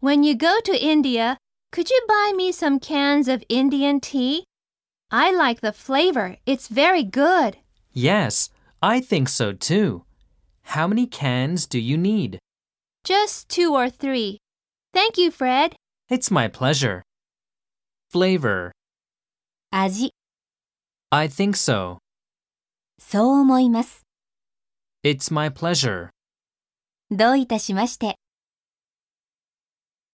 When you go to India, could you buy me some cans of Indian tea? I like the flavor. It's very good. Yes, I think so too. How many cans do you need? Just two or three. Thank you, Fred. It's my pleasure. Flavor. 味、 I think so. そう思います。 It's my pleasure. どういたしまして。